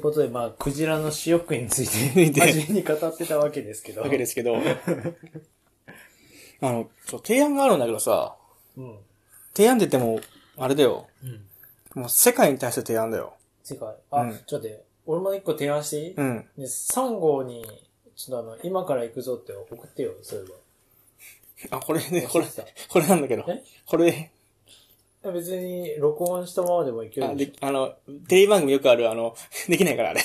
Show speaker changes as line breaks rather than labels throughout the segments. ことで、まあ、クジラの塩食いについて、真面目に語ってたわけですけど。
わけですけど。 あの、ちょ、提案があるんだけどさ、
うん。
提案って言っても、あれだよ。
うん。
もう世界に対して提案だよ。
世界。あ、
うん
ちょっと待って、俺も一個提案していい、
うん。
で、3号に、ちょっとあの、今から行くぞって送ってよ、そうい
あ、これ ね、こ
忘れ
れ
てた、
これなんだけど
え。
これ、
えば。別に、録音したままでもいけ
あ
るでし
であの、テレビ番組よくある、あの、 できないから、あれ。
ょ。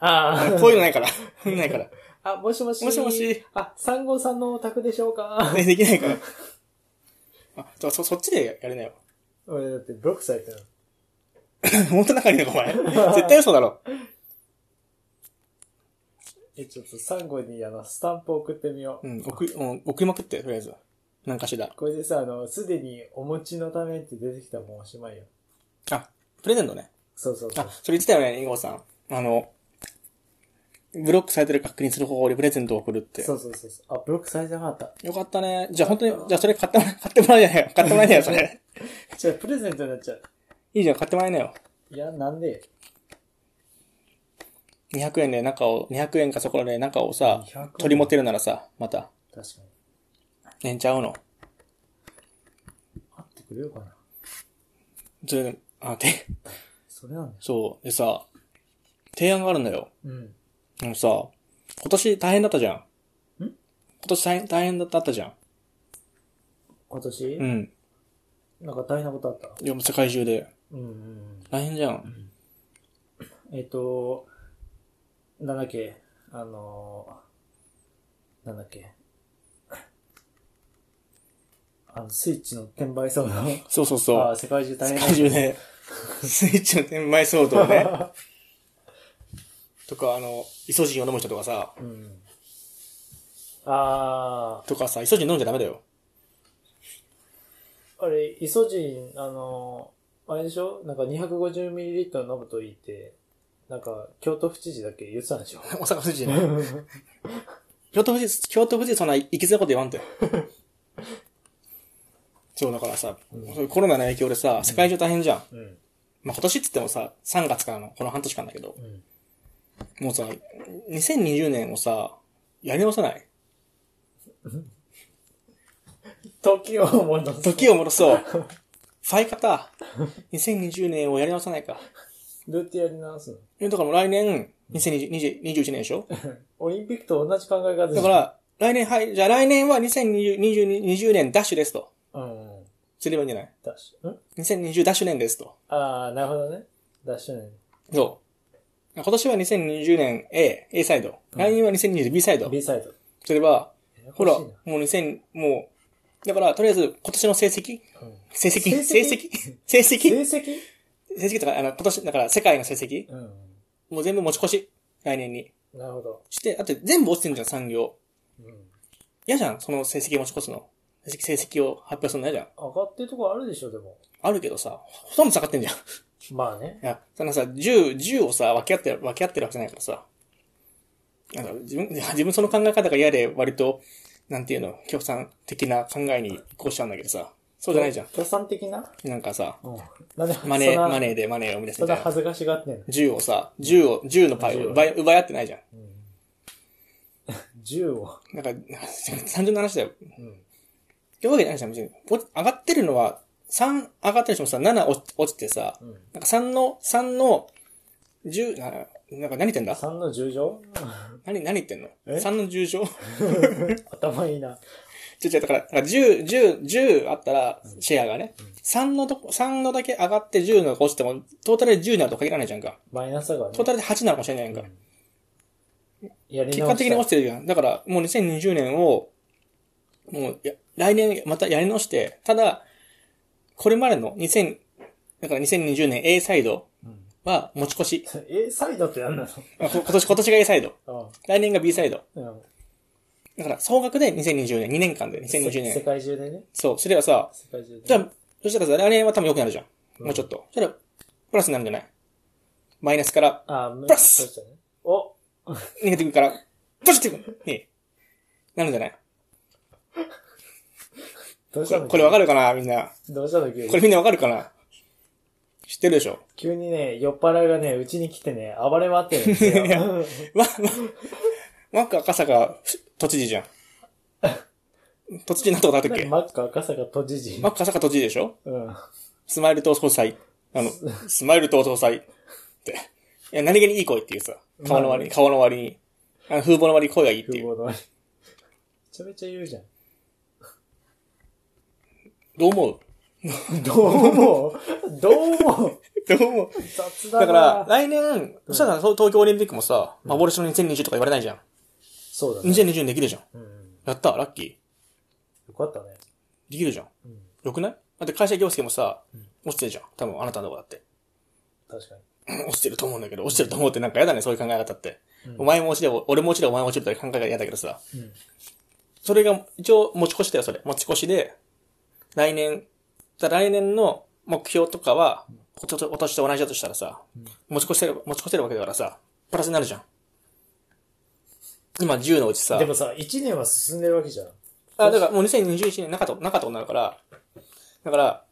あ
こういうのないから。 ないから。
あ、あ、 もしもし。
もしもし。
あ、3号さんのお宅でしょうか
ねできないから。あ、ちょそ、そっちでやれなよ。
俺だってブロックされてる。
本当仲いいのか、お 前。絶対嘘だろ。
え、ちょっと3号にあの、スタンプ送ってみよう。
うん、送り、うん送りまくって、とりあえず。なんかしら。
これでさ、あの、すでにお持ちのためって出てきたらもうおしまいよ。
あ、プレゼントね。
そうそうそう
あ。、それ言ってたよね、イゴさん。あの、ブロックされてる確認する方法でプレゼントを送るって。
そうそうそうそう。あ、ブロックされてなかった。
よかったね。じゃあ本当に、じゃあそれ買ってもら、買ってもらえないよ。買 ってもらえないよ、それ。
じゃあ、プレゼントになっちゃう。
いいじゃん、買ってもらえないよ。
いや、なんで
200円で中を、200円かそこらで中をさ
200円、
取り持てるならさ、また、
確かに。
ねんちゃうの。
会ってくれるかな
それで、あ、て、
それなんだよ。
そう、でさ、提案があるんだよ。
うん。
あのさ、今年大変だったじゃん。ん今年大変大変だったじゃん。
今年、
うん。
なんか大変なことあった
いや、もう世界中で。
うんうんうん。
大変じゃん。
えっ、と、なんだっけ、あのー、なんだっけ。あの、スイッチの転売騒動。
そうそうそう。
あー世界中大
世
変
界中で、スイッチの転売騒動ね。 とか、あの、イソジンを飲む人とかさ、
うん。あ
とかさ、イソジン飲んじゃダメだよ。
ー、あれ、イソジン、あのー、あれでしょなんか 250ml 飲むといいって、なんか、京都府知事だっけ言ってたんでしょ
大阪府知事ね。 京都府知事、京都府知事そんな行きづらいこと言わ んとよ。そう、だからさ、そういうコロナの影響でさ、世界中大変じゃん。
うん。
まあ、今年って言ってもさ、3月からの、この半年間だけど、
ん
もうさ、2020年をさ、やり直さない
時を戻す。
時を戻 そう。再方。2020年をやり直さないか。
どうやってやり直すの
え、だからもう来年、2020 2021年でしょ
オリンピックと同じ考え方でし
だ
ょ
から、来年、はい、じゃあ来年は2020 20 20年ダッシュですと。
うんうん。
すればいいんじゃない
ダッシュ。ん
?2020 ダッシュ年ですと。
ああ、なるほどね。ダッシュね。
そう。今年は2020年 A、A サイド。来年は2020 B サイド。
B サイド。
すれば、ほら、
やや
もう2000、もう、だから、とりあえず、今年の成績
こしいなうん
成績
成
成
績
績成績
成績
成績とか、あの、今年、だから、世界の成績
うん。
もう全部持ち越し。来年に。
なるほど。
して、あと全部落ちてんじゃん、産業。
うん。
嫌じゃん、その成績持ち越すの。成績成績を発表するの嫌じゃん。
上がってるとこあるでしょ、でも。
あるけどさ、ほとんど下がってんじゃん。い
まあね。
や、そのさ、10、10をさ、分け合ってる、分け合ってるわけじゃないからさ。なんか自分、いや自分その考え方が嫌で、割と、なんていうの、共産的な考えに移行しちゃうんだけどさ。そうじゃないじゃん。
予算的な
なんかさ、
うん。なんで、
マネ
そん
ー、
な
マネーでマネーを生み出す
そ
み
ん
た
ない
な。
恥ずかしがってんの。
10をさ、10を、10のパイを奪い、奪い合ってないじゃん。
10を。
なんか、 単純な話だよ。
ん
ってわけじゃないじゃん、別に。お上がってるのは、3上がってる人もさ、7落ち落ちてさ、なんか3の、三の、10、ななんか何言ってんだ
3の10乗
何、何言ってんの
え
?3 の10乗
頭いいな。
ちょ、ちょ、だから、だから10、10、10あったら、シェアがね、3のとこ、三のだけ上がって10のが落ちても、トータルで10になるとは限らないじゃんか。
マイナスがね
トー。タルで8になるかもしれないじゃんか。
やり
結
直
果
し
的
た
に
い
落ちてるじゃん。だから、もう2020年を、もう、や、来年またやり直して、ただ、これまでの2000、だから2020年 A サイドは持ち越し。
え、サイドって何な
あこ今年、今年が A サイド。
の
来年が B サイド。
うん。
だから、総額で2020年、2年間で2020
せ世
年。
界中でね。
そう、すればさ、
世界中で。
じゃあ、そしたらさ、来年は多分良くなるじゃん。もうちょっと。そしたら、プラスになるんじゃないマイナスから、
ああ、プ
ラス
お
ネガティブから、ポジティブに、なるんじゃない
どうし
こ
た
れ
の
これわかるかなみんな。
どうしたの急に
これみんなわかるかな知ってるでしょ。
急にね、酔っ払いがね、うちに来てね、暴れ回ってるんですよ。
いやわ、わ、マック赤坂、都知事 じゃん。都知事なったことあったっ
なんか
け
マック赤坂都知事
マ。ック赤坂都知事でしょ
うん。
スマイル党総裁。あ の、スマイル党総裁。って。いや、何気にいい声っていうさ。顔の割に、顔の割に。あの風貌の割に声がいいって
空
いう。
港の。めちゃめちゃ言うじゃん。
どう思う
どうも、どうも、
どう思う
雑だな
だから、、来年、そしたらそう東京オリンピックもさ、幻の2020とか言われないじゃん。
そうだね。
2020にできるじゃん。
うん。
やったラッキー。
よかったね。
できるじゃん。
うん。
よくないだって会社行政もさ、落ちてるじゃん。多分あなたのとこだって。
確かに。
落ちてると思うんだけど、落ちてると思うってなんか嫌だね、そういう考え方って。
うん
お前も落ちて、俺も落ちて、お前も落ちるって考えが嫌だけどさ。
うん
それが、一応持ち越しだよ、それ。持ち越しで、来年、だから来年の目標とかは、今年と今年と同じだとしたらさ、持ち越してる、持ち越せるわけだからさ、プラスになるじゃん。今10のうちさ
で、もさ、1年は進んでるわけじゃん。
あ、だからもう2021年なかった、なかったことになるから、だから、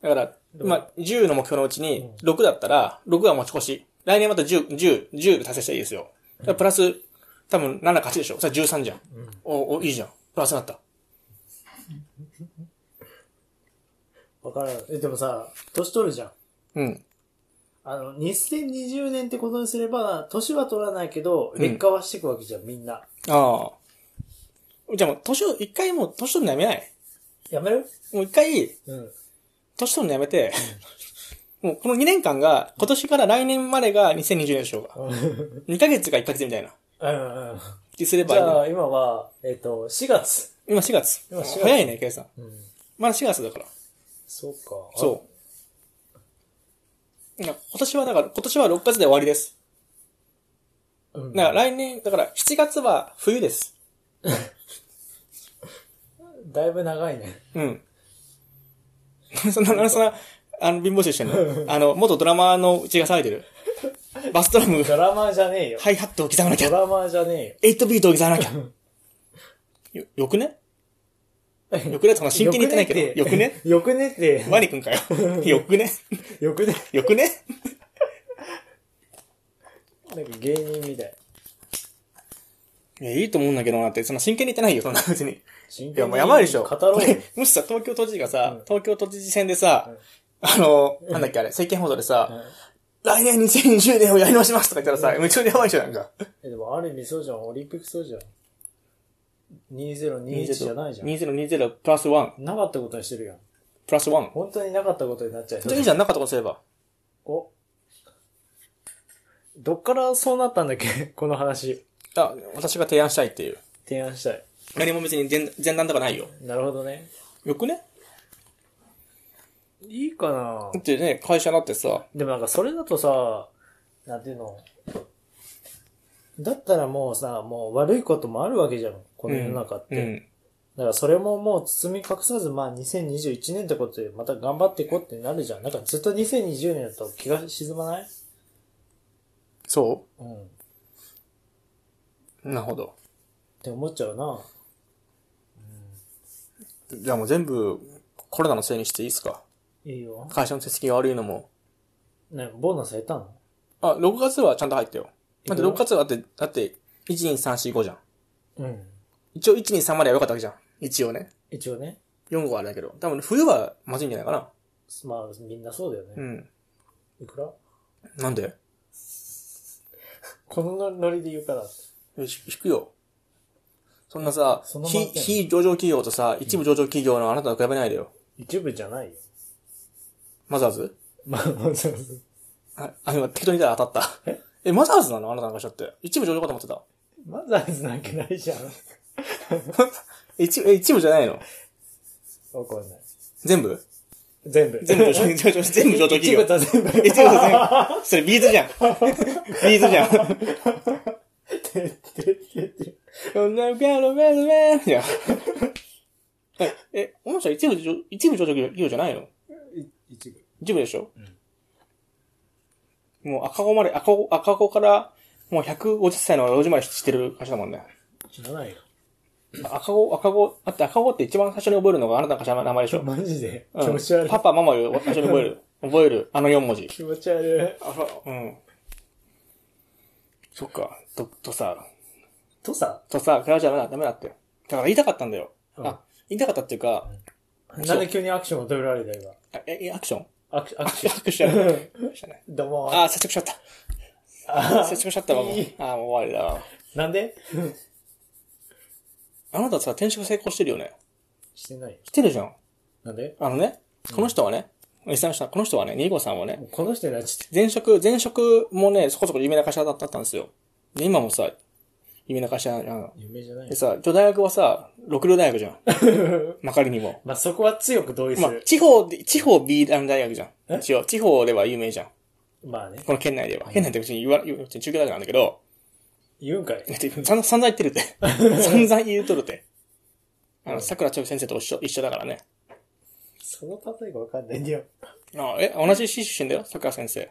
だから、まあ、10の目標のうちに、6だったら、6は持ち越し。来年また10、10、10達成したらいいですよ。だからプラス、多分7か8でしょ。それ13じゃん。お、お、いいじゃん。プラスになった。
わからん。え、でもさ、年取るじゃん。
うん。
あの、2020年ってことにすれば、年は取らないけど、劣化はしていくわけじゃん、みんな。
ああ。じゃあもう、年を、一回もう、年取るのやめない。
やめる
もう一回、
うん。
年取るのやめて、 もうこの2年間が、今年から来年までが2020年でしょうか。2ヶ月が1ヶ月 みたいな。
うんうん。
ってすれば
じ
いいんだよ
ゃあ、今は、えっと、4月。
今4月。
今4月
早いね、ケイさん。
うん。
まだ4月だから。
そうか。
そう。いや今年はだから、今年は6月で終わりです。
う。うん
だから来年、だから7月は冬です。
だいぶ長いね。
うん。 そんな、そんな、あの、貧乏臭して んのあの、元ドラマーの血が騒いでる。バス ドラム、
ドラマーじゃねえよ。
ハイハットを刻まなき
ド
ゃ。
ラマーじゃね
8ビートを刻まなきゃ。よ、よ くね
えよ。
よくねその真剣に言ってないけど。よくね
よくねって、
ワニく んかよ。よくね
よくね。
よくね
なんか芸人みたい。
いや、いいと思うんだけどなって、その真剣に言ってないよ、そんな別 に。
真剣に
いや、もうやばいでしょ。
語ろう
こ
よ。
れもしさ、東京都知事がさ、東京都知事選でさ、
うん
あの、なんだっけあれ、政見報道でさ、来年2020年をやり直しますとか言ったらさ、めちゃめちゃやばいじゃん、なんか。
え、でもある意味そうじゃん。オリンピックそうじゃん。2021じゃないじゃん。
2020プラス1。
なかったことにしてるやん。
プラス1。
本当になかったことになっちゃう。
じゃあいいじゃん、なかったことすれば。
お。どっからそうなったんだっけ この話。
あ、私が提案したいっていう。
提案したい。
何も別に前前段とかないよ。
なるほどね。
よくね
いいかな
だってね、会社だってさ、
でもなんかそれだとさ、なんていうのだったらもうさ、もう悪いこともあるわけじゃん。この世の中って。
うん。
だからそれももう包み隠さず、まあ2021年ってことでまた頑張っていこうってなるじゃん。なんかずっと2020年だと気が沈まない
そ
うん。っ
うなるほど。
て思っちゃうな。
じゃあもう全部、コロナのせいにしていいっすか
いいよ。
会社の成績が悪いのも。
ね、ボーナス減ったの
あ、6月はちゃんと入ったよ。だって
いくら
6月はだって、だって、12345じゃん。
うん。
一応123までは良かったわけじゃん。一応ね。
一応ね。
4号あれだけど。多分冬はまずいんじゃないかな。
まあみんなそうだよ
う
ね。
ん。
いくら
なんで
このノリで言うから。
えひ引くよ。そんなさ、
そのまんま
非
やん
非上場企業とさ、一部上場企業のあなたと比べないでよ。
一部じゃないよ。
マザーズ
まあ、そうそう。
あ、あ今適当に言ったら当たった。えマザーズなのあなたの会社って。一部上場かと思ってた。
マザーズなわけないじゃん。
一部、え、一部じゃないの
わかんない。
全部
全部。
全部上場、上場全部上場企
一
業
部。と全部。
一部と全部。それビーズじゃん。ビーズじゃん。そんなガロガロガロじゃん。え、おもちゃ一部上、一部上場企業じゃないの
一部。
一部でしょ、もう赤子まで、赤子、赤子から、もう150歳の老人までしてる会社だもんね。
知らないよ。
赤子、赤子、あって赤子って一番最初に覚えるのがあなたの会社の名前でしょ、
マジで。
う
気持ち悪
ん、
い。
パパ、ママより最初に覚える。覚えるあの4文字。
気持ち悪
あ、うん。そっか。と、とさ、
い。とさ、
とさ、これはじゃダメだ、ダメだって。だから言いたかったんだよ。
うん
あ、言いたかったっていうか、
なんで急にアクション求められた今。
あえ、えアクション
アクション、アクシ
ア
ョン。
クション。
どうも。
あー、接触しちゃった。
あ
接触しちゃったわ、もう
いい。
あー、もう終わりだわ。
なんで
あなたさ、転職成功してるよね。
してないよ。
してるじゃん。
なんで
あのね、この人はね、エさんしたこの人はね、ニーゴさんはね、
この人になっちゃっ
前職、前職もね、そこそこ有名な会社だったんですよ。で、今もさ、有名な会社なの。
て夢じゃない
でさ、女大学はさ、六両大学じゃん。まかりにも。
まあ、そこは強く同意す
まあ、
る。
地方で、地方 B 団大学じゃん。
え
一応、地方では有名じゃん。
まあね。
この県内では。県内って別に言わ、言わ別に中京大学なんだ けど、
言うんかい。
だって散々散々言っ てるって。散々言うとるって。あの、桜ちょび先生と一緒、一緒だからね。
その例えがわかんないんだよ。
あえ、同じ市出身だよ、桜先生。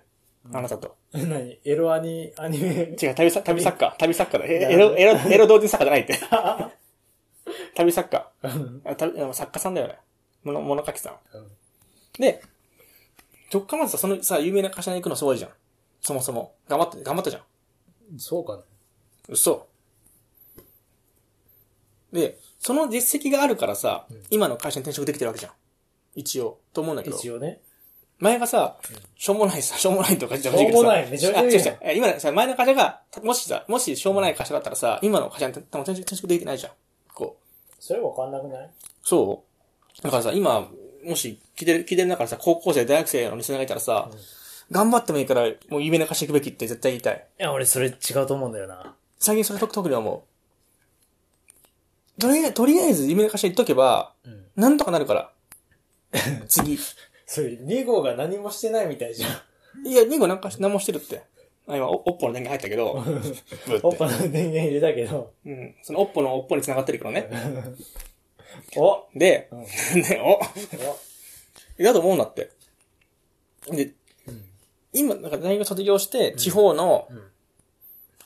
あなたと。
何エロアニ、アニメ。
違う、旅さ、旅作家。旅作家だ。えエ
なるほ
ロ、
ど
エロ、エロ同人作家じゃないって。 旅作家。あ旅あ作家さんだよね。物、物書きさん。
うん
で、直感まずさ、そのさ、有名な会社に行くのすごいじゃん。そもそも。頑張って、頑張ったじゃ ん。
そうかな。
嘘。で、その実績があるからさ、今の会社に転職できてるわけじゃん。一応。と思うんだけど。
一応ね。
前がさ、しょうもないさ、しょうもないとかじゃ
しょうもないめちゃめちゃ
あ、違う
いい
違
やん
う。え今のさ、前の会社が、もしさ、もししょうもない会社だったらさ、今の会社に転転職転職できてないじゃん。こう。
それわかんなくない
そうだからさ、今、もし聞いてる、聞いてる中でさ、高校生、大学生のリスナーがいたらさ、頑張ってもいいから、もう有名な会社行くべきって絶対言いたい。
いや、俺それ違うと思うんだよな。
最近それ特特に思う。とりあえず、とりあえず有名な会社行っとけば、
うん。
なんとかなる から。次。
それ、2号が何もしてないみたいじゃん。
いや、ニゴなんかし何もしてるって。あ今、おおっぽの電源入った けど、ブ
お
ーっ
ってぱの電源入れたけど。
うん。そのおっぽのおっぽに繋がってるけどね。
おお
で、
うん
ね、おだと思うんだって。で、今、なんか大学卒業して、地方の
うん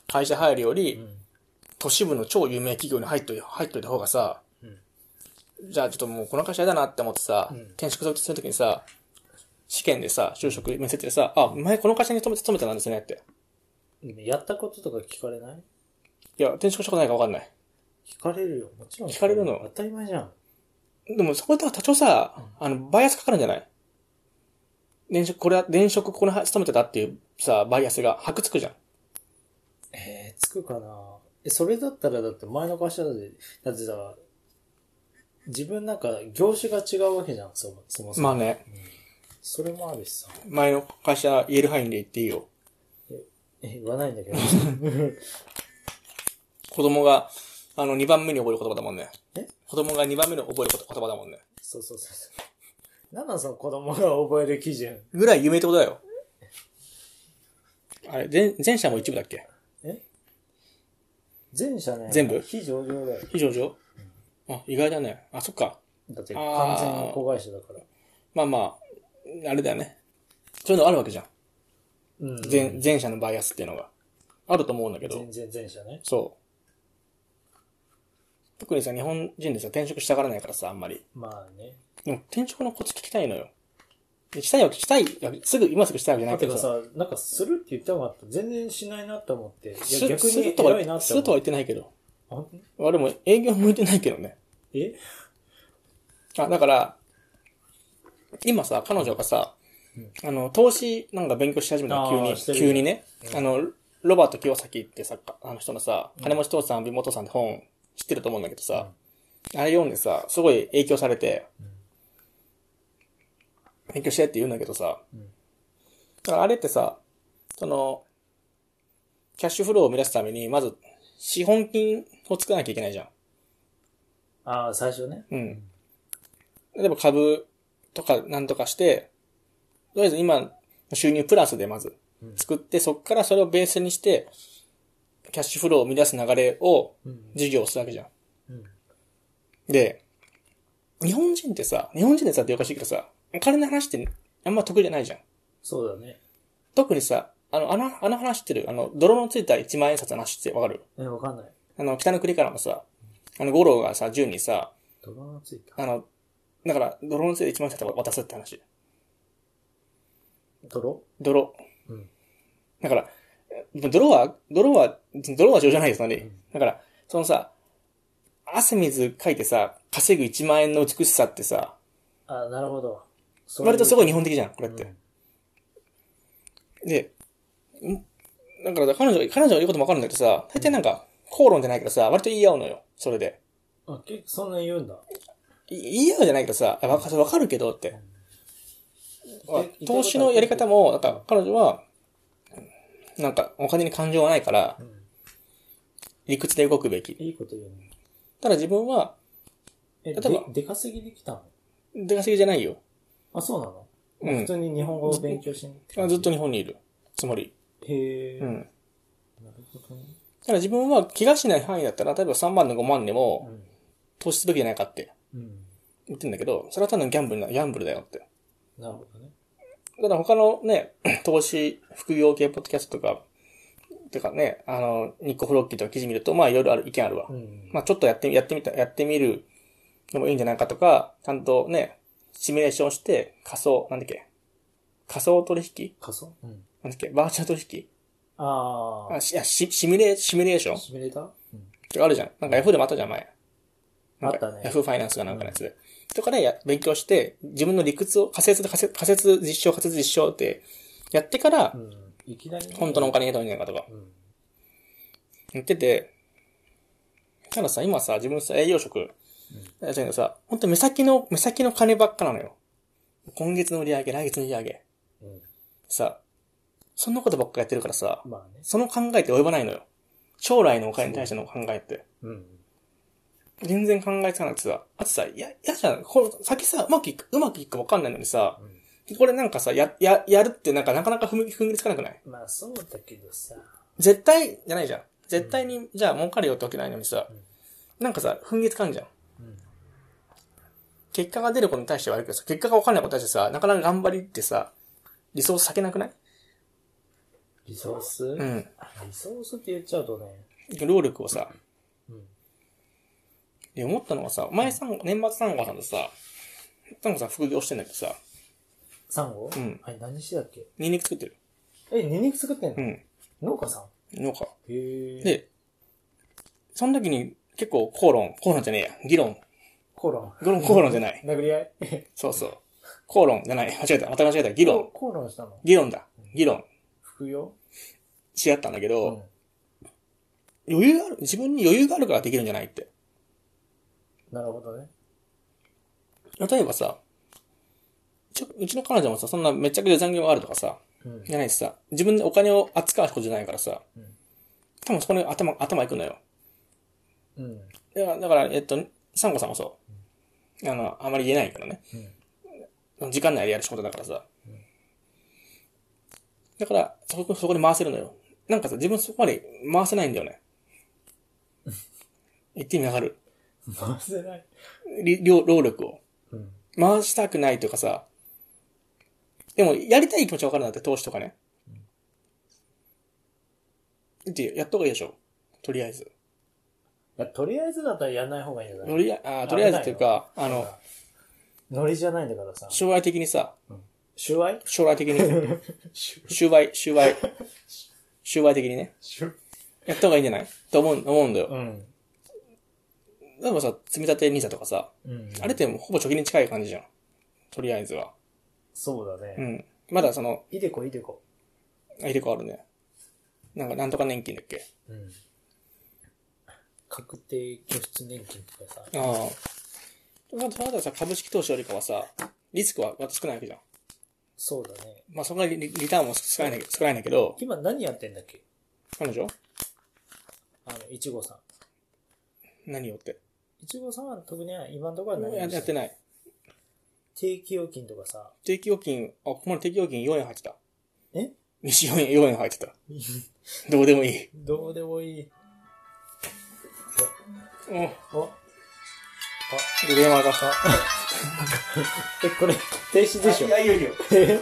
会社入るより、
ん
都市部の超有名企業に入っとい入っといた方がさ、
うん
じゃあちょっともうこの会社嫌だなって思ってさ、
うん
転職するときにさ、試験でさ、就職面接でさ、あ、前この会社に勤めて勤めてたんですねって。
やったこととか聞かれない
いや、転職したことないからわかんない。
聞かれるよ。もちろん。
聞かれるの
当たり前じゃん。
でもそこで多少さ、あの、バイアスかかるんじゃない転職、これは、転職ここに勤めてたっていうさ、バイアスが、はくつくじゃん。
えー、つくかなえ、それだったらだって前の会社だって、だってさ、自分なんか業種が違うわけじゃん、そもそもそも。
まあね、
それもあるしさ。
前の会社言える範囲で言っていいよ。
え、言わないんだけど。
子供が、あの、2番目に覚える言葉だもんね。
え
子供が2番目に覚えること言葉だもんね。
そうそうそうそう。なんなんその子供が覚える基準。
ぐらい有名ってことだよ。あれ、全、全社も一部だっけ
前者ね。
全部
非上場だよ。
非常上あ、意外だね。あ、そっか。
だって
あー
完全に子会社だから。
まあまあ、あれだよね。そういうのあるわけじゃん。
うん。
前、前者のバイアスっていうのが。あると思うんだけど
全。然前者ね。
そう。特にさ、日本人でさ、転職したがらないからさ、あんまり。
まあね。
でも、転職のコツ聞きたいのよ。でしたいわけ、したいわけ、すぐ、今すぐしたいわけじゃな
だ
いけ
け
ど
ど
さ。
さ、なんかするって言ったのがあった。全然しないなと思って。い
す
や、逆
する
に
とは
偉いなって
すると
思
は
っ
言ってないけど。
て。
俺も営業向いてないけどね。
え
あ、だから、今さ、彼女がさ、あの、投資なんか勉強し始めた
あ
の
ーし、て
急に、
る
急にね。あの、ロバート清崎って作家、あの人のさ、金持ち父さん、貧乏父さんって本知ってると思うんだけどさ、あれ読んでさ、すごい影響されて、勉強してって言うんだけどさ、だからあれってさ、その、キャッシュフローを生み出すために、まず、資本金を作らなきゃいけないじゃん。
ああ、最初ね。
うん。例えば株とかなんとかして、とりあえず今の収入プラスでまず作って、そこからそれをベースにして、キャッシュフローを生み出す流れを
うん。
事業をするわけじゃん。
うん
で、日本人ってさ、日本人でさっておかしいけどさ、お金の話ってあんま得意じゃないじゃん。
そうだね。
特にさ、あの、あの、あの話してる、あの、泥のついた一万円札の話ってわかる
え、わかんない。
あの、北の国からもさ、あの、五郎がさ、純にさ、
泥のついた。
あの、だから、泥のついた一万円札を渡すって話。
泥
泥。
うん
だから、え泥は、泥は、泥は上じゃないですよね。だから、そのさ、汗水かいてさ、稼ぐ1万円の美しさってさ、
あ、なるほど。そ
割とすご
い
い日本的じゃん、これって。
うん
で、んだから彼女、彼女の言うこともわかるんだけどさ、大体なんか、口論じゃないけどさ、割と言い合うのよ、それで。
あ、結構そんな言うんだ。
い言い合うじゃないけどさ、あわかわかるけどって。まあ
え
投資のやり方も、なんか彼女は、なんかお金に感情がないから
う、ん
理屈で動くべき。
いいこと言うね。
ただ自分は、
え、
例え
で
ば、
でかすぎできたの
出稼ぎじゃないよ。
あ、そうなの
うん
普通に日本語を勉強しに
あずっと。日本にいる。つもり。
へえ。
う
なる
ん。
ほどね。
ただ自分は怪我しない範囲だったら、例えば3万で5万でも投資すべきじゃないかって
うん。うん。
言ってんだけど、それは単なるギャンブルな、ギャンブルだよって。
なるほどね。
ただ他のね、 投資、副業系ポッドキャストとか、てかね、あの、ニッコフロッキーとか記事見ると、まあいろいろある、意見あるわ。
うん。
まあちょっとやってみ、やってみた、やってみるのもいいんじゃないかとか、ちゃんとね、シミュレーションして仮想、なんだっけ、仮想取引
仮想うん。
なんだっけ、バーチャル取引
あ
あ、しいやシシミュレー、シミュレーション
あ。シミュレーターうん。
あるじゃん。なんか Yahoo でもあったじゃん、前。
あったね
Yahoo ファイナンスがなんかのやつで。とかね、や勉強して、自分の理屈を、仮説、仮説、仮説実証、仮説実証って、やってから
う、ん。いきなりね。
本当のお金に入れたんじゃないかとか、
うん。
言ってて、たださ、今さ、自分さ、栄養食、やってんけどさ、本当目先の、目先の金ばっかなのよ。今月の売り上げ、来月の売り上げ。
うん。
さ、そんなことばっかやってるからさ、
まあね。
その考えって及ばないのよ。将来のお金に対しての考えって。
うん。
全然考えつかなくてさ、あとさ、いや、嫌じゃん。これ、先さ、うまくいく、うまくいくかわかんないのにさ、これなんかさ、や、や、やるってなんかなかなか踏み、踏ん切りつかなくない
まあそうだけどさ。
絶対じゃないじゃん。絶対に、じゃあ儲かるよってわけないのにさ、なんかさ、踏ん切りつかんじゃん。
うん。
結果が出ることに対しては悪いけどさ、結果がわかんないことに対してさ、なかなか頑張りってさ、リソース避けなくない
リソース
う
リ
ん。
ソースって言っちゃうとね。
労力をさ、
うん。
で、思ったのがさ、前さん、年末さんごさんとさ、さんごさん副業してんだけどさ、
サンゴ
うん
はい、何してたっけ
ニンニク作ってる。
え、ニンニク作ってんの
うん。
農家さん
農家。
へえ。
で、その時に結構口論、口論じゃねえや、議論。
コロン。
議論、口論じゃない。
殴り合い
そうそう。口論じゃない。間 違えた。また間違えた。議論。
コロンしたの
議論だ。議論。
服用
し合ったんだけ
う
ど
ん、。
余裕ある、自分に余裕があるからできるんじゃないって。
なるほどね。
例えばさ、ちょうちの彼女もさ、そんなめちゃくちゃ残業があるとかさ、
うん。
じゃないしさ、自分でお金を扱う人じゃないからさ、
ん
多分そこに頭、頭いくのよ。
うん。
だから、だからえっと、サンゴさんもそう。あの、あまり言えないからね。時間内でやる仕事だからさ。だから、そこ、そこで回せるのよ。なんかさ、自分そこまで回せないんだよね。言ってみわかる。
回せない。
り労労力を。
うん。
回したくないというかさ、でも、やりたい気持ちわかるんだって、投資とかね。って、やった方がいいでしょ。とりあえず。
いや、とりあえずだったらやんない方がいいんじゃな
と
い
りあえず、とりあえずっていうか、あの、
ノリじゃないんだからさ。
将来的にさ、
収賄
将来的 に、収賄、収賄、収賄的にね、やった方がいいんじゃないと思う、思うんだ
う
よ。
ん。
例えばさ、積み立て NISA とかさ、
うん。
あれってもうほぼ貯金に近い感じじゃん。とりあえずは。
そうだ
う
ね。
ん。まだその、
いでこいでこ。
あ入れ替わるね。なんか、なんとか年金だっけ
うん。確定拠出年金とかさ。
ああ。まあ、その後さ、株式投資よりかはさ、リスクは少ないわけじゃん。
そうだね。
まあ、そこがリリターンも少ないんだけど、少ないんだけど、
今何やってんだっけ
彼女
あの、いちごさん。
何をって。
いちごさんは特には今のところは何
や
も
や
し
ってて
ない。
ない。
定期預金とかさ。
定期預金、あ、ここまで定期預金4円入ってた。
え
西4円、4円入ってた。どうでもいい。
どうでもいい。
うん。
お、
で、電話が。
え、これ、 停止でしょ
いよいよ。
え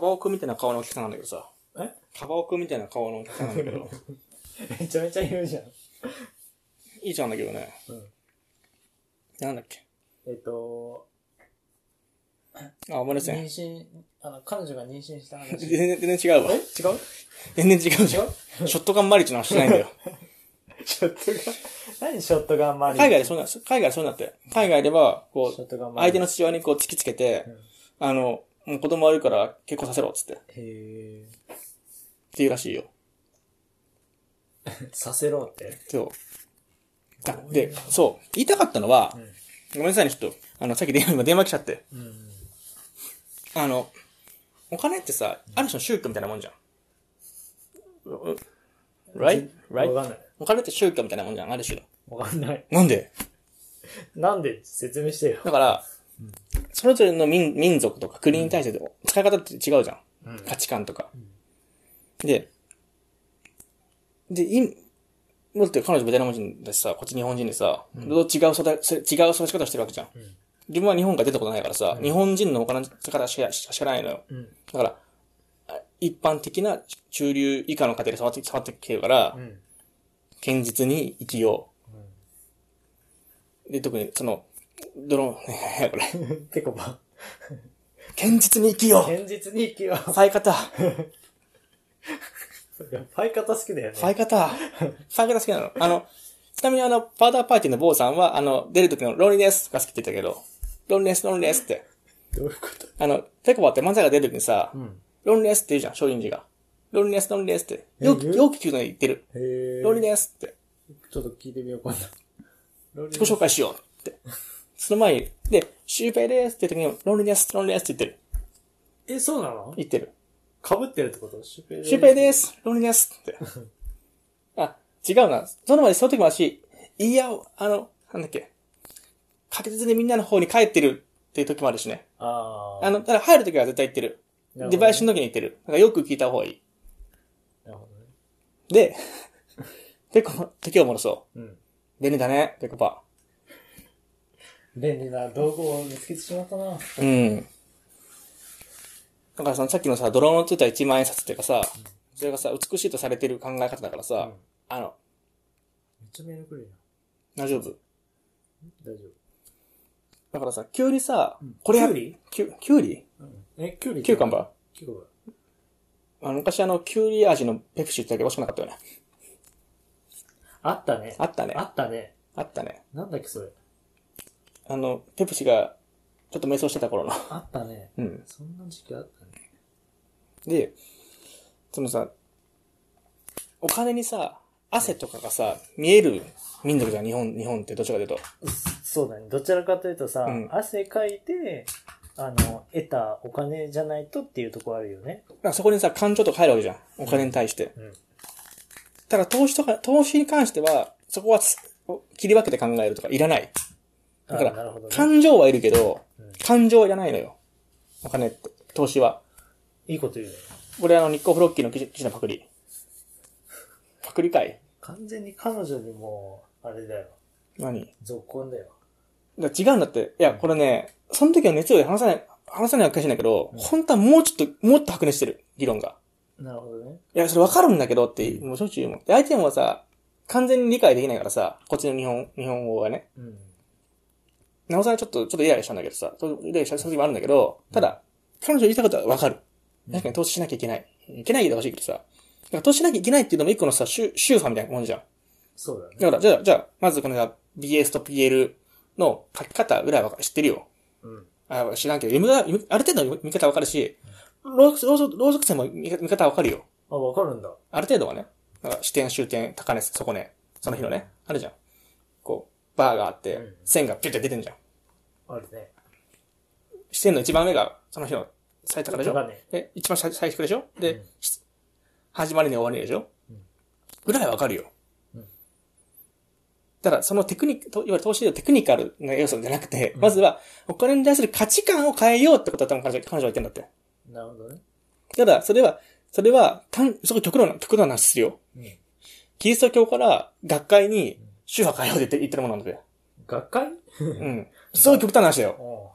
バオくんみたいな顔のお客さんなんだけどさ。
え
カバオくんみたいな顔のお客さんなんだけ ど。
めちゃめちゃ言うじゃん。
いいちゃんだけどね。
うん
なんだっけ。
えっと、
あ、思い出せ
妊
ん。
娠、あの、彼女が妊娠した話。 え違う
全然、全然違うわ。全然違うじゃん。 ショットガンマリッチの話しないんだよ。
ショットガン、何ショットガンマリ
海外でそうなんです。海外でそうなんだって。海外では、こ
ショッ
う、
トガンマリ
相手の父親にこう突きつけて
ん、
あの、もう子供悪いから結婚させろ、つって。っ
へ
ていうらしいよ。
え。させろって。
そう。だで、そう。言いたかったのは、
ん
ごめんなさいね、ちょっと。あの、さっき電 話、今電話来ちゃって。
うん。
あの、お金ってさ、ある種の宗教みたいなもんじゃん。うう right?
わ
right?
かんない。
お金って宗教みたいなもんじゃん、ある種の。
わかんない。
なんで
なんで説明してよ。
だから、それぞれの民民族とか国に対して使い方って違うじゃん。
うん
価値観とか。で、で、いもうだって彼女ベトナム人だしさ、こっち日本人でさ、どう違う育て、違う育ち方してるわけじゃん。自分は日本から出たことないからさ、日本人のお金の使い方しかしか知らないのよ。
ん
だから、あ一般的な中流以下の家庭で触って、触ってきてるから、
ん
堅実に生きよう。で、特にその、ドローン、 これ。
結構ば、
堅実に生きよう
現実に生きよう。
ファイ方
パイ方好きだよね。
ファイ方ファイ方好きなのあの、ちなみにあの、パウダーパーティーの坊さんは、あの、出る時のロンリネスが好きって言ったけど、ロンリネス、ロンリネスって。
どういうこと
あの、ペコバって漫才が出る時にさ、
ん
ロンリネスって言うじゃん、松陰寺が。ロンリネス、ロンリネスって。よく、
言う
よく聞くのに言ってる。
へえ。
ロンリネスって。
ちょっと聞いてみよう、今度。ロリ
自己紹介しようって。その前に、で、シュウペイですって言った時に、ロンリネス、ロンリネスって言ってる。
え、そうなの
言ってる。
被ってるってことシュペイ
シュウペイです。ロンリネスって。 あ、違うな。その前、その時も私、いや、あの、なんだっけ。確実にみんなの方に帰ってるっていう時もあるしね。
ああ。
あの、ただ入る時は絶対言ってる。
なるほどね
デバイスの時に言ってる。だからよく聞いた方がいい。
なるほど
で、 ペコ、時を戻そう。
ね。
便利だね、ペコパ。
うん。便利な道具を見つけてしまったな。
うん。だからそのさっきのさ、ドローンのついた1万円札っていうかさ、それがさ、美しいとされてる考え方だからさ、
うん
あの、
めっちゃメール来る
大丈夫。
やん。大丈
だからさ、急にさ、
ん
これや
キュウリ
キュキュウリ
夫。うん。え、キュウリ
キュウカンバ
キュウカンバ
あの昔あの、キュウリ味のペプシーってだけ欲しくなかったよね。
あったね。
あったね。
あったね。
あったね。
なんだっけ、それ。
あの、ペプシーが、ちょっと迷走してた頃の。
あったね。
うん。
そんな時期あったね。
で、そのさ、お金にさ、汗とかがさ、見える民族じゃん、日本、日本ってどっちかというと。
そうだね。どちらかというとさ、
うん
汗かいて、あの、得たお金じゃないとっていうとこあるよね。
だからそこにさ、感情とか入るわけじゃん。お金に対して。
うん
ただ投資とか、投資に関しては、そこはす切り分けて考えるとか、いらない。
あ
だ
あ
か
なる
ら
ほど、ね。
感情はいるけど
うん、
感情はいらないのよ。お金って、投資は。
いいこと言うね。
俺あの、日光フロッキーの記事記事のパクリ。パクリかい
完全に彼女にも、あれだよ。
何
続婚だよ。
だから違うんだって。いや、これね、その時の熱量で話さない、話さないわけじゃないんだけど、本当はもうちょっと、もっと白熱してる、議論が。
なるほどね。
いや、それわかるんだけどって、もうしょっちゅう言うもん。で、相手もさ、完全に理解できないからさ、こっちの日本、日本語がね。
うん。
なおさらちょっと、ちょっとイライラしたんだけどさ、ちょっとイライラした時もあるんだけど、ただ、彼女言いたいことはわかる。確かに投資しなきゃいけない。いけないけど欲しいけどさ。だから投資しなきゃいけないっていうのも一個のさ、宗宗派みたいなもんじゃん。
そうだね。
だから、じゃあ、じゃあ、まずこのさ、BS と PL の書き方ぐらいは知ってるよ。
うん。
あ知らんけど、読み方、読みある程度の見方わかるし、ローソローソローソク線も見見方わかるよ。
あ、わかるんだ。
ある程度はね。なんか視点、終点、高値、そこね。その日のね。あるじゃん。こう、バーがあって
ん、
線がピュッて出てんじゃん。
あるね。
視点の一番上が、その日の最高でしょ
高値
で、一番最最低でしょで、し始まりに終わりでしょ、ぐらいわかるよ。ただ、そのテクニック、といわゆる投資でテクニカルな要素じゃなくて、まずは、お金に対する価値観を変えようってことだったの彼女彼女は言ってんだって。
なるほどね。
ただ、それは、それは、かん、すごい極論な、極論な話するよ。
うん
キリスト教から学会に宗派変えようって言って言ってるものなんだよ。
学会
うん。すごい極端な話だよ。
お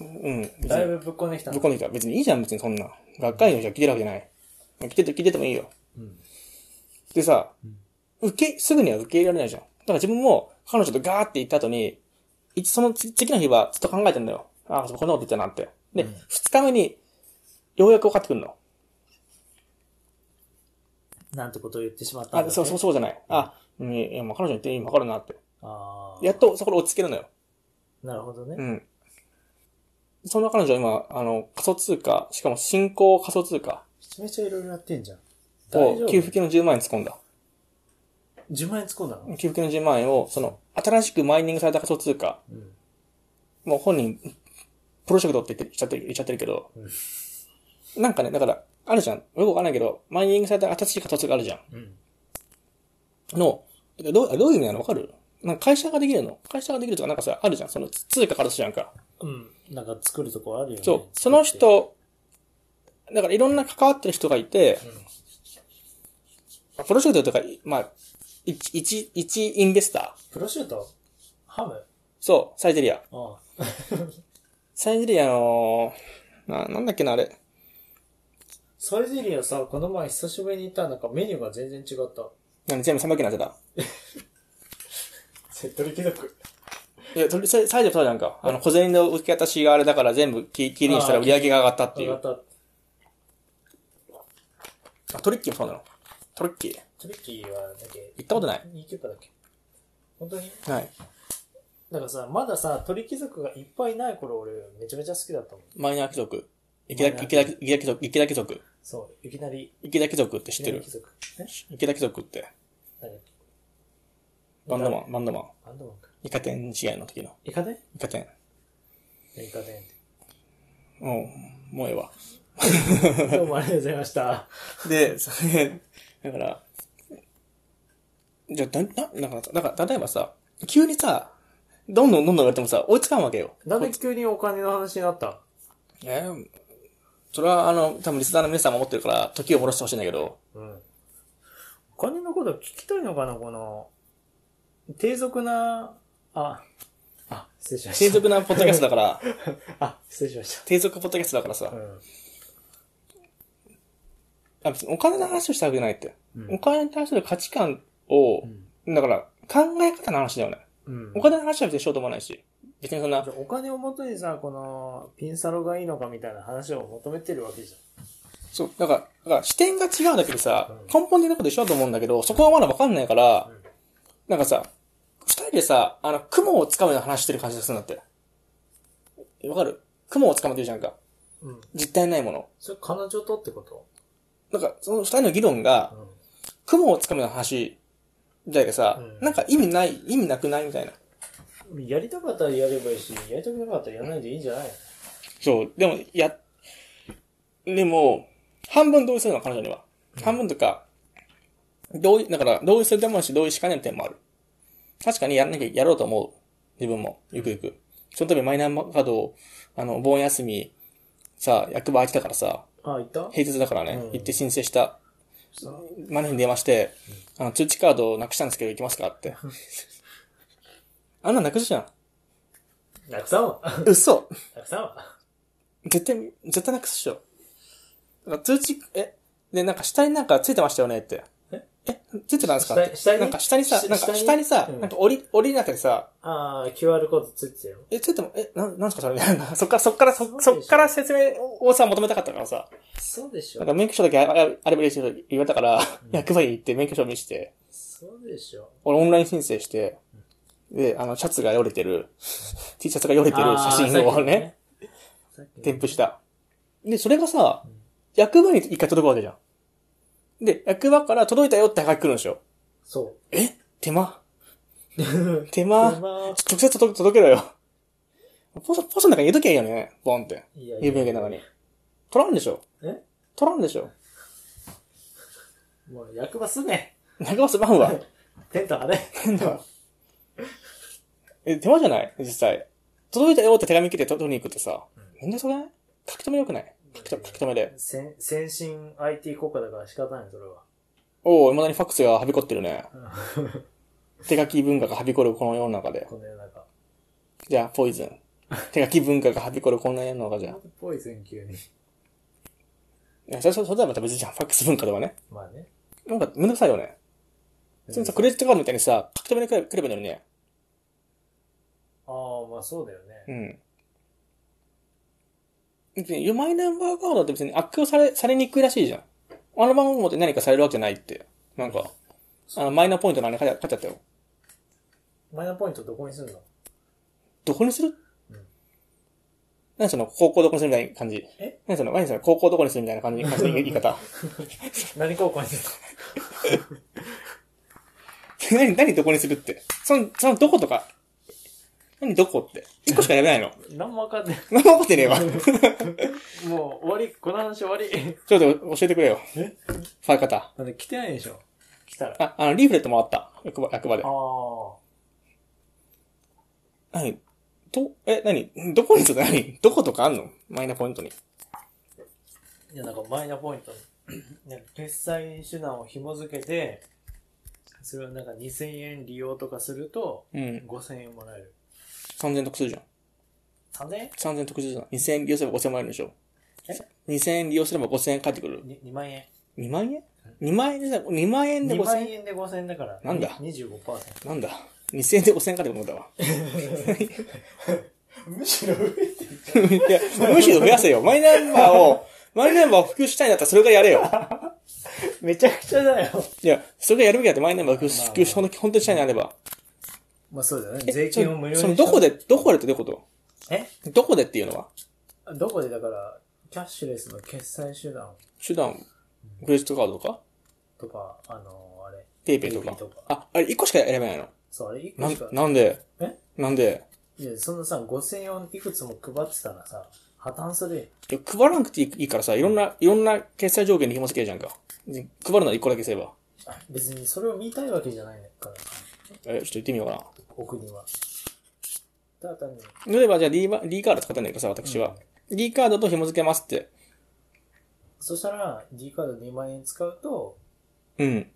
う
うん。別に
だいぶぶっこんできた
ぶっ
な
こんできた。別にいいじゃん、別にそんな。学会のじゃ聞いてるわけじゃない。聞いてて、聞いててもいいよ。
うん。
でさ、受け、すぐには受け入れられないじゃん。だから自分も、彼女とガーって行った後に、一その次次の日はずっと考えてんだよ。ああ、そうこんなこと言ったなって。で、
うん
二日目に、ようやく分かってくるの。
なんてことを言ってしまったんだ、
あ、
ね。
そう、そう、そうじゃない。あ、うん、いや、まあ彼女に言って今分かるなって。
あ
やっとそこで落ち着けるのよ。
あ。なるほどね。
うん。そんな彼女は今、あの、仮想通貨、しかも新興仮想通貨
めちゃめちゃいろいろやってんじゃん。大丈夫
を給付金の10万円突っ込んだ。
?10 万円突っ込んだの
給付金の10万円を、その、新しくマイニングされた仮想通貨、
うん。
もう本人、プロジェクトって言って言っちゃってる、言っちゃってるけど、なんかね、だから、あるじゃん。よくわかんないけど、マイニングされた新しい仮想通貨あるじゃ
うん。
ん。の、どう、どういう意味なのわかるなんか会社ができるの会社ができるとかなんかさ、あるじゃん。その通貨からするじゃんか。
うん。なんか作るとこあるよね。
そう。その。人、だからいろんな関わってる人がいて、プロジェクトとか、まあ、一、一、一インベスター。
プロシュートハム
そう、サイゼリア。
あ
サイゼリアの、な、なんだっけな、あれ。
サイゼリアさ、この前久しぶりに行ったらなんかメニューが全然違った。
なんで全部300円になってた。
セットリ貴族。
いや、とり、サイサイゼリアそうじゃんか。あの、小銭の受け渡しがあれだから全部き切りにしたら売り上げが上がったって
上
い
が
う
っ。た。
あ、トリッキーもそうなの。トリッキー。
トリッキーは、だっけ
行ったことない。
2級かだっけ本当に
はい。
だからさ、まださ、鳥貴族がいっぱいない頃俺めちゃめちゃ好きだったもん。
マイナー貴族。池
マ
田、
イナー
池田、池田貴族、池田貴族。
そう、いきなり、
池田貴族って知
い
って
きなり
る
貴族。ね
池田貴族って。
誰だっけ
バンドマン、バンドマン。
バンドマンか。
イカ天試合の時の。
イカね
イカ天。
イカね。
うん。もうええわ。
どうもありがとうございま した。
で、それ、だから、じゃあ、だ、な、なんか、だから、例えばさ、急にさ、どんどんどんどん言われてもさ、追いつかんわけよ。
なんで急にお金の話になった
えーそれは、あの、多分リスナーの皆さんも思ってるから、時を戻してほしいんだけど、
うん。お金のこと聞きたいのかな、この、低俗な、あ、あ、失礼しました。
低俗なポッドキャスト だから、
あ、失礼しまし
低俗ポッドキャストだからさ
た。う、ん。
あ別にお金の話をしたわけじゃないって。
うん
お金に対する価値観を、だから、考え方の話だよね。
うん。
お金の話は別にしようと思わないし、別にそんな
じゃ、あお金をもとにさ、この、ピンサロがいいのかみたいな話を求めてるわけじ
そう、だから、だから視点が違うだけでさ
うん、
根本的なこと一緒だと思うんだけど、そこはまだわかんないから、
うん
なんかさ、二人でさ、あの、雲をつかむような話してる感じがするんだって。わかる雲をつかむってるじゃんか。
ゃん。うん。
実体ないもの。
それ彼女とってこと
なんか、その二人の議論が、雲をつかむような話、みたいでさ、
うん
なんか意味ない、意味なくないみたいな。
うん。やりたかったらやればいいし、やりたくなかったらやらないでいいんじゃない
そう、でも、や、でも、半分同意するの、彼女には。半分とか、同意、だから、同意する点もあるし、同意しかねる点もある。確かにやらなきゃ、やろうと思う。自分も、ゆくゆく。その度マイナンバーカードを、あの、お盆休み、さ、役場空いてたからさ、
あ、いた
平日だからね、
うん
行って申請した。
さ
マネに電話して、あの、通知カードをなくしたんですけど、行きますか って。あんなんなくすじゃん。
なくさんは。
嘘
なくさんは。
絶対、絶対なくすっしょ。だから通知、え、で、なんか下になんかついてましたよねって。
え
えついてたんですか
下
って。
下に
なんか下にさ、
し
なんか
下に
下にさ、
うん
なんか折り、折りなくてさ、
あー、QR コードついてたよ。
え、ついても、え、なん、なんすかそれみたいな。 そっから、そっから、そ、そっから説明をさ、求めたかったからさ。
そうでし
なん
ょ。
か免許証だけあああればいいですよと言われたから、役場に行って免許証見せて、
そうでしょ。
俺オンライン申請して、で、あの、シャツがよれてる、T シャツがよれてる写真
さ
をね、
っきのね。
添付した。で、それがさ、役場に一回届くわけじゃん。で、役場から届いたよって書き来るんでしょ。
そ
え手間
う。手
手間
間
直接届届けろよ。ポスト、ポストの中に入れときゃいいよね。ボンって。
いやいや
郵便受けの中に。取らんでしょ
え
取らんでしょ
もう役場すんね。
中尾すまんわ。
テント張れ。
え、手間じゃない実際。届いたよって手紙来て取りに行くってさ。めんどくさくない書き留めよくない書きと書き留めで。
先先進 IT 国家だから仕方ない、それは。
おお、未だにファックスがはびこってるね。手書き文化がはびこるこの世の中で。
この世の中。
じゃあ、ポイズン。手書き文化がはびこるこんなやんのかじゃあ
なん。でポイズン急に。
いや、それ、それはまた別じゃん。ファックス文化とかね。
まあね。
なんか、めんどくさいよね。そのさ、クレジットカードみたいにさ、書き留めに来れ来ればいいのにね。
ああ、まあそうだよ
う
ね。
ん。別に、マイナンバーカードって別に悪用され、されにくいらしいじゃん。あの番号持って何かされるわけじゃないって。なんか、あの、マイナポイントのあれ書いちゃったよ。
マイナポイントどこにすんの
どこにする
うん
何その、高校どこにするみたいな感じ。
え
何その、何その、高校どこにするみたい な感じ、感じの言い方。
何高校にすんの
何、何どこにするって。その、その、どことか。何どこって。一個しかやめないの。
何もわかんない。
何も分かってねえ わ。ち
もう終わり、この話終わり。
ょっと教えてくれよ。
え
ファイ方。
まだ来てないでしょ来たら。あ
あ、あの、リーフレットもらった。役場、役場で
あ。ー。
何と、え、何どこにちょっと何どことかあんのマイナポイントに。
いや、なんかマイナポイント。なんか決済手段を紐付けて、それはなんか2000円利用とかすると、
うん。
5000円もらえる。
3000得するじゃん。
3年
3000得するじゃん。2000円利用すれば5000円もらえるでしょ
え。
2000円利用すれば5000円返ってくる。
に ?2 万円。
2万円 ?2 万円で、2万円で
2
5000
万
円
円で5000円だから。
なんだ
?25%。
なんだ ?2000 円で5000円返ってくるんだわ。
むしろ増えてる。
いや、むしろ増やせよ。マイナン バーを、マイナンバーを普及したいんだったらそれがやれよ。
めちゃくちゃだよ。
いや、それがやるべきだってマイナンバーを普
まあまあ
及し、ほんと、本当にしたいんであれば。
まあそうだよ
え
ね。税金を無料に
その、どこ
で
で、どこでってどういうこ
え
とどこでっていうのは
どこでだから、キャッシュレスの決済手段
手段、クレジットカードとか
とか、あのあれ。
ペイペイとか
PayPay とか。
あ、あれ、1個しか選べないの
そう、あれ、いく
な
つか
ん、。なんで
え
なんで
いや、そのさ、5000円をいくつも配ってたらさ、破綻するよ。
いや配らなくていいからさ、いろんな、いろんな決済条件に紐付けるじゃんか。で配るのは1個だけすれば。
別にそれを見たいわけじゃないからさ、
え、ちょっと言ってみようか
お国は。ただ単に、
な。例えば、じゃあ D バ、D カード使ってんだけどさ、私は。D カードと紐付けますって。
そしたら D カード2万円使うと、
うん。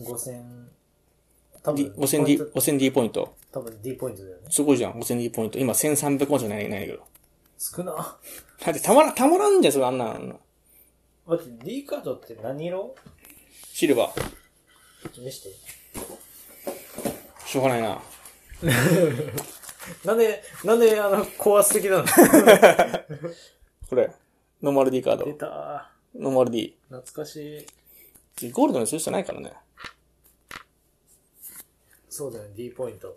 5000、多
D
分、
5000 D、5000D ポイント。
多分 D ポイントだよね。
すごいじゃん、5000D ポイント。今1300本じゃない、ないけど。
少な。
だってたまら、たまらんじゃん、それあんなの。
待って、D カードって何色
シルバー。
見して。
しょうがないな。
なんで、なんで、あの、高圧的なの
これ。ノーマル D カード
出。た
ノーマル D。
懐かしい。
ゴールドにする人ないからね。
そうだね、D ポイント。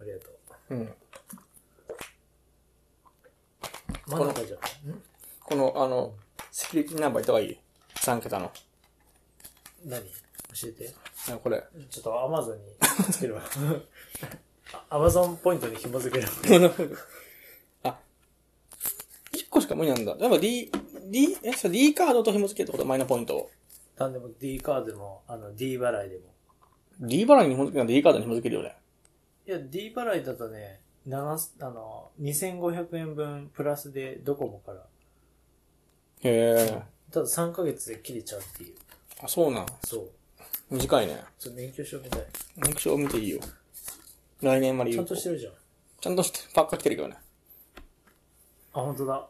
ありがと
うん。
う。真ん中じゃん。
この、あの、セキュリティナンバーいった方がいい ?3 桁の。
何教えて。
あこ れ。
ちょっとアマゾンにつける わ。アマゾンポイントに紐付ける。
あ、1個しか無理なんだ。やっぱ D、D、え、それ D カードと紐付けるってことマイナポイントを。
なんでも D カードでも、あの、D 払いでも。
D 払いに紐付けるなんて D カードに紐付けるよね。
いや、D 払いだとね、七すあの、2500円分プラスでドコモから。
へえ。
ただ3ヶ月で切れちゃうっていう。
あ、そうなん。
そう。
短いね。
ちょっと勉強しようみたい。
認証見ていいよ。来年まで
ち
有
ゃ
効
んとしてるじゃん。
ちゃんとして、パーカー来てるけどね。
あ、本当だ。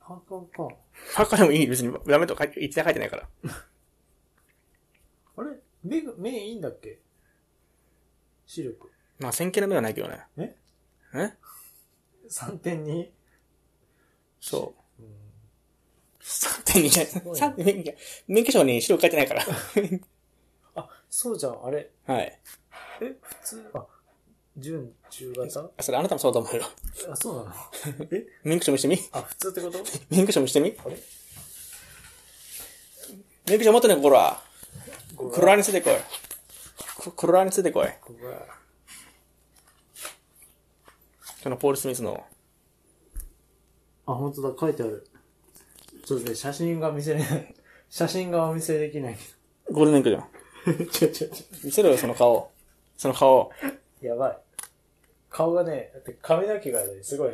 パンパンか。
パーカーでもいい別にダメとか書いて、一切書いてないから。
あれ目が、目いいんだっけ視力。
まあ、線形の目はないけどね。
え
え
?3.2?
そう。3.2じゃない。 三点二じゃない。免許証に白書いてないから。
あ、そうじゃん、あれ。
はい。
え、普通、あ、準中型
それあなたもそうだと思うよ。
あ、そうなの え
免許証見してみ
あ、普通ってこと
免許証見してみ
あれ
免許証持ってないこら。
こ
黒ラについてこい。こ黒ラについてこい。
ここが、
そのポール・スミスの。
あ、本当だ、書いてある。ちょっとね、写真が見せれない。 写真がお見せでき ない。
ゴールデンウィークじゃん。
ちょちょち
見せろよ、その顔。その顔。
ょ。やばい。顔がね、だって髪の毛がね、すごい、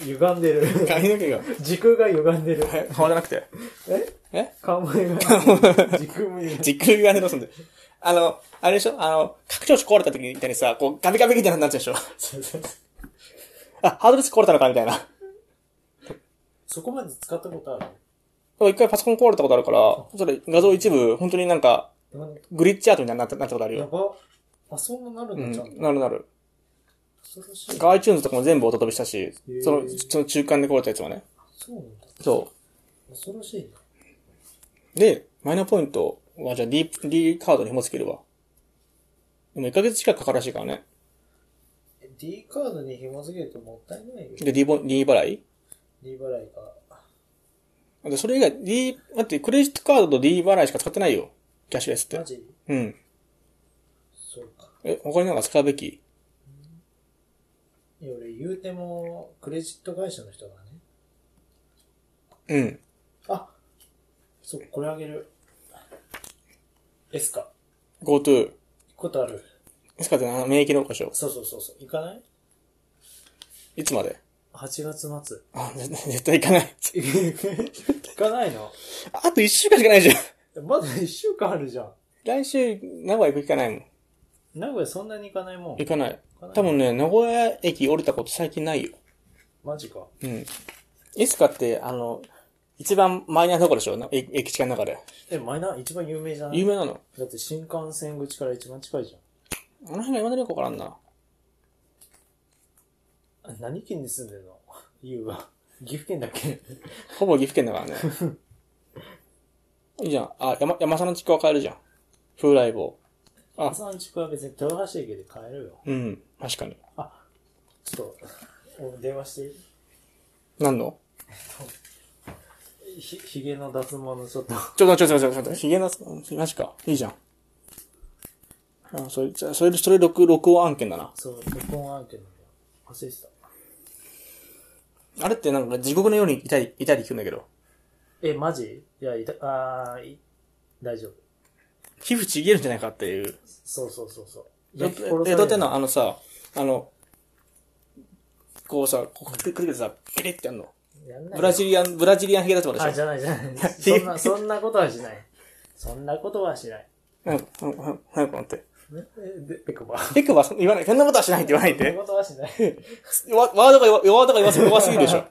歪んでる。
髪の毛が。
時空が歪んでる。
え顔じゃなくて。
え
え
顔も歪んでる。時空も歪んで る。
時空歪んでどうすんだよ。あの、あれでしょあの、拡張子壊れた時みたいにさ、こう、ガビガビみたいになっちゃうでしょ
そうそうそう
あ、ハードディスク壊れたのかみたいな。
そこまで使ったことある
一回パソコン壊れたことあるから、それ画像一部、本当になんか、
なん
グリッチアートになったなったことある
や
よ。
ば。あ、そんななる
うん
だ、ちゃん
ん、
と。
なるなる。
恐ろしい。
iTunes とかも全部音飛びしたし
ー、
その、その中間で壊れたやつはね。
そうなんだ。
そ
恐ろしいね。
う。で、マイナポイントはじゃあ D、D カードに紐付けるわ。でも1ヶ月近くかかるらしいからね。
え D カードに紐付けるともったいないよ。
で、D ボ、D 払い
D 払いが。
で、それ以外、D、待って、クレジットカードと D 払いしか使ってないよ。キャッシュレスっ
マ
て。
ジ
うん。
そうか。
え、他になんか使うべき
いや、俺言うても、クレジット会社の人がね。
うん。
あ、そう、これあげる。S か。
GoTo。
行くことある。
いつかってな、免疫の故障。
そうそうそうそう。行かない
いつまで
?8 月 末。
あ、絶絶対行かない。
行かないの
あと一週間しかないじゃん。
まだ1週間あるじゃん。
来週、名古屋行く気かないもん。
名古屋そんなに行かないもん
行。かない
かない。
多分ね、名古屋駅降りたこと最近ないよ。
マジか。
うん。いつかって、あの、一番マイナーなとこでしょな駅駅近の中で。
え、マイナー一番有名じゃない
有名なの。
だって新幹線口から一番近いじ
あの辺が今までよくわからんな。
ゃん。あ何県に住んでるのゆうは。岐阜県だっけ
ほぼ岐阜県だからね。 いいじゃん。あ、山、山佐の地区は買えるじゃん。風来坊。あ
朝の地区は別に豊橋駅で帰るよ。
うん。確かに。
ちょっと、お電話していい
何の
ひ、ひげの脱毛のちょっ と。
ちょっとちょっとちょっとちょっと、ひげな、うんマジか。いいじゃん。あ、それ、じゃあそれ、それ録、録音案件だな。
そう、結婚案件なんだよ。忘れてた。
あれってなんか地獄のようにいたり、いたり聞くんだけど。
え、マジいや、いた、あーい、大丈夫。
皮膚ちぎれるんじゃないかっていう。
そうそうそうそう。
江
焼き殺される
戸ってのはあのさ、あの、こうさ、こうくるくるくるさ、ピリってやんの。
やんない
ブラジリアン、ブラジリアンヒゲ脱毛でし
あ、
ょ
じゃないじゃ ない。そんな、そんなことはしない。そんなことはしない。
うん、うん、うん、早く待って。
ねえ、で、ペコバ。
結構は言わない。そんなことはしないって言わない
そんな
で。
ことはしない。ち
わワードが弱弱ワードが 弱す弱すぎるでしょ。
ょっ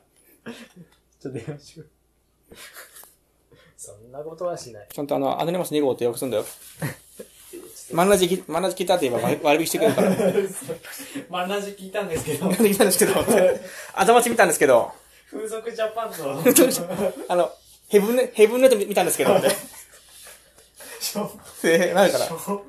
と電話しよう。そんなことはし ない。
ちゃんとあの、アドネマス2号って訳すんだよ。マンラジき、マンラジ聞いた って言えば割割引してくれるから。
まあ、同じ聞いたんですけど、
聞いたんですけ ど、頭打ち見たんですけど、
風俗ジャパン の、
あの、ヘブンネ、ヘブンネット見たんですけ ど、って。
しょ
えー、なる から。
しょ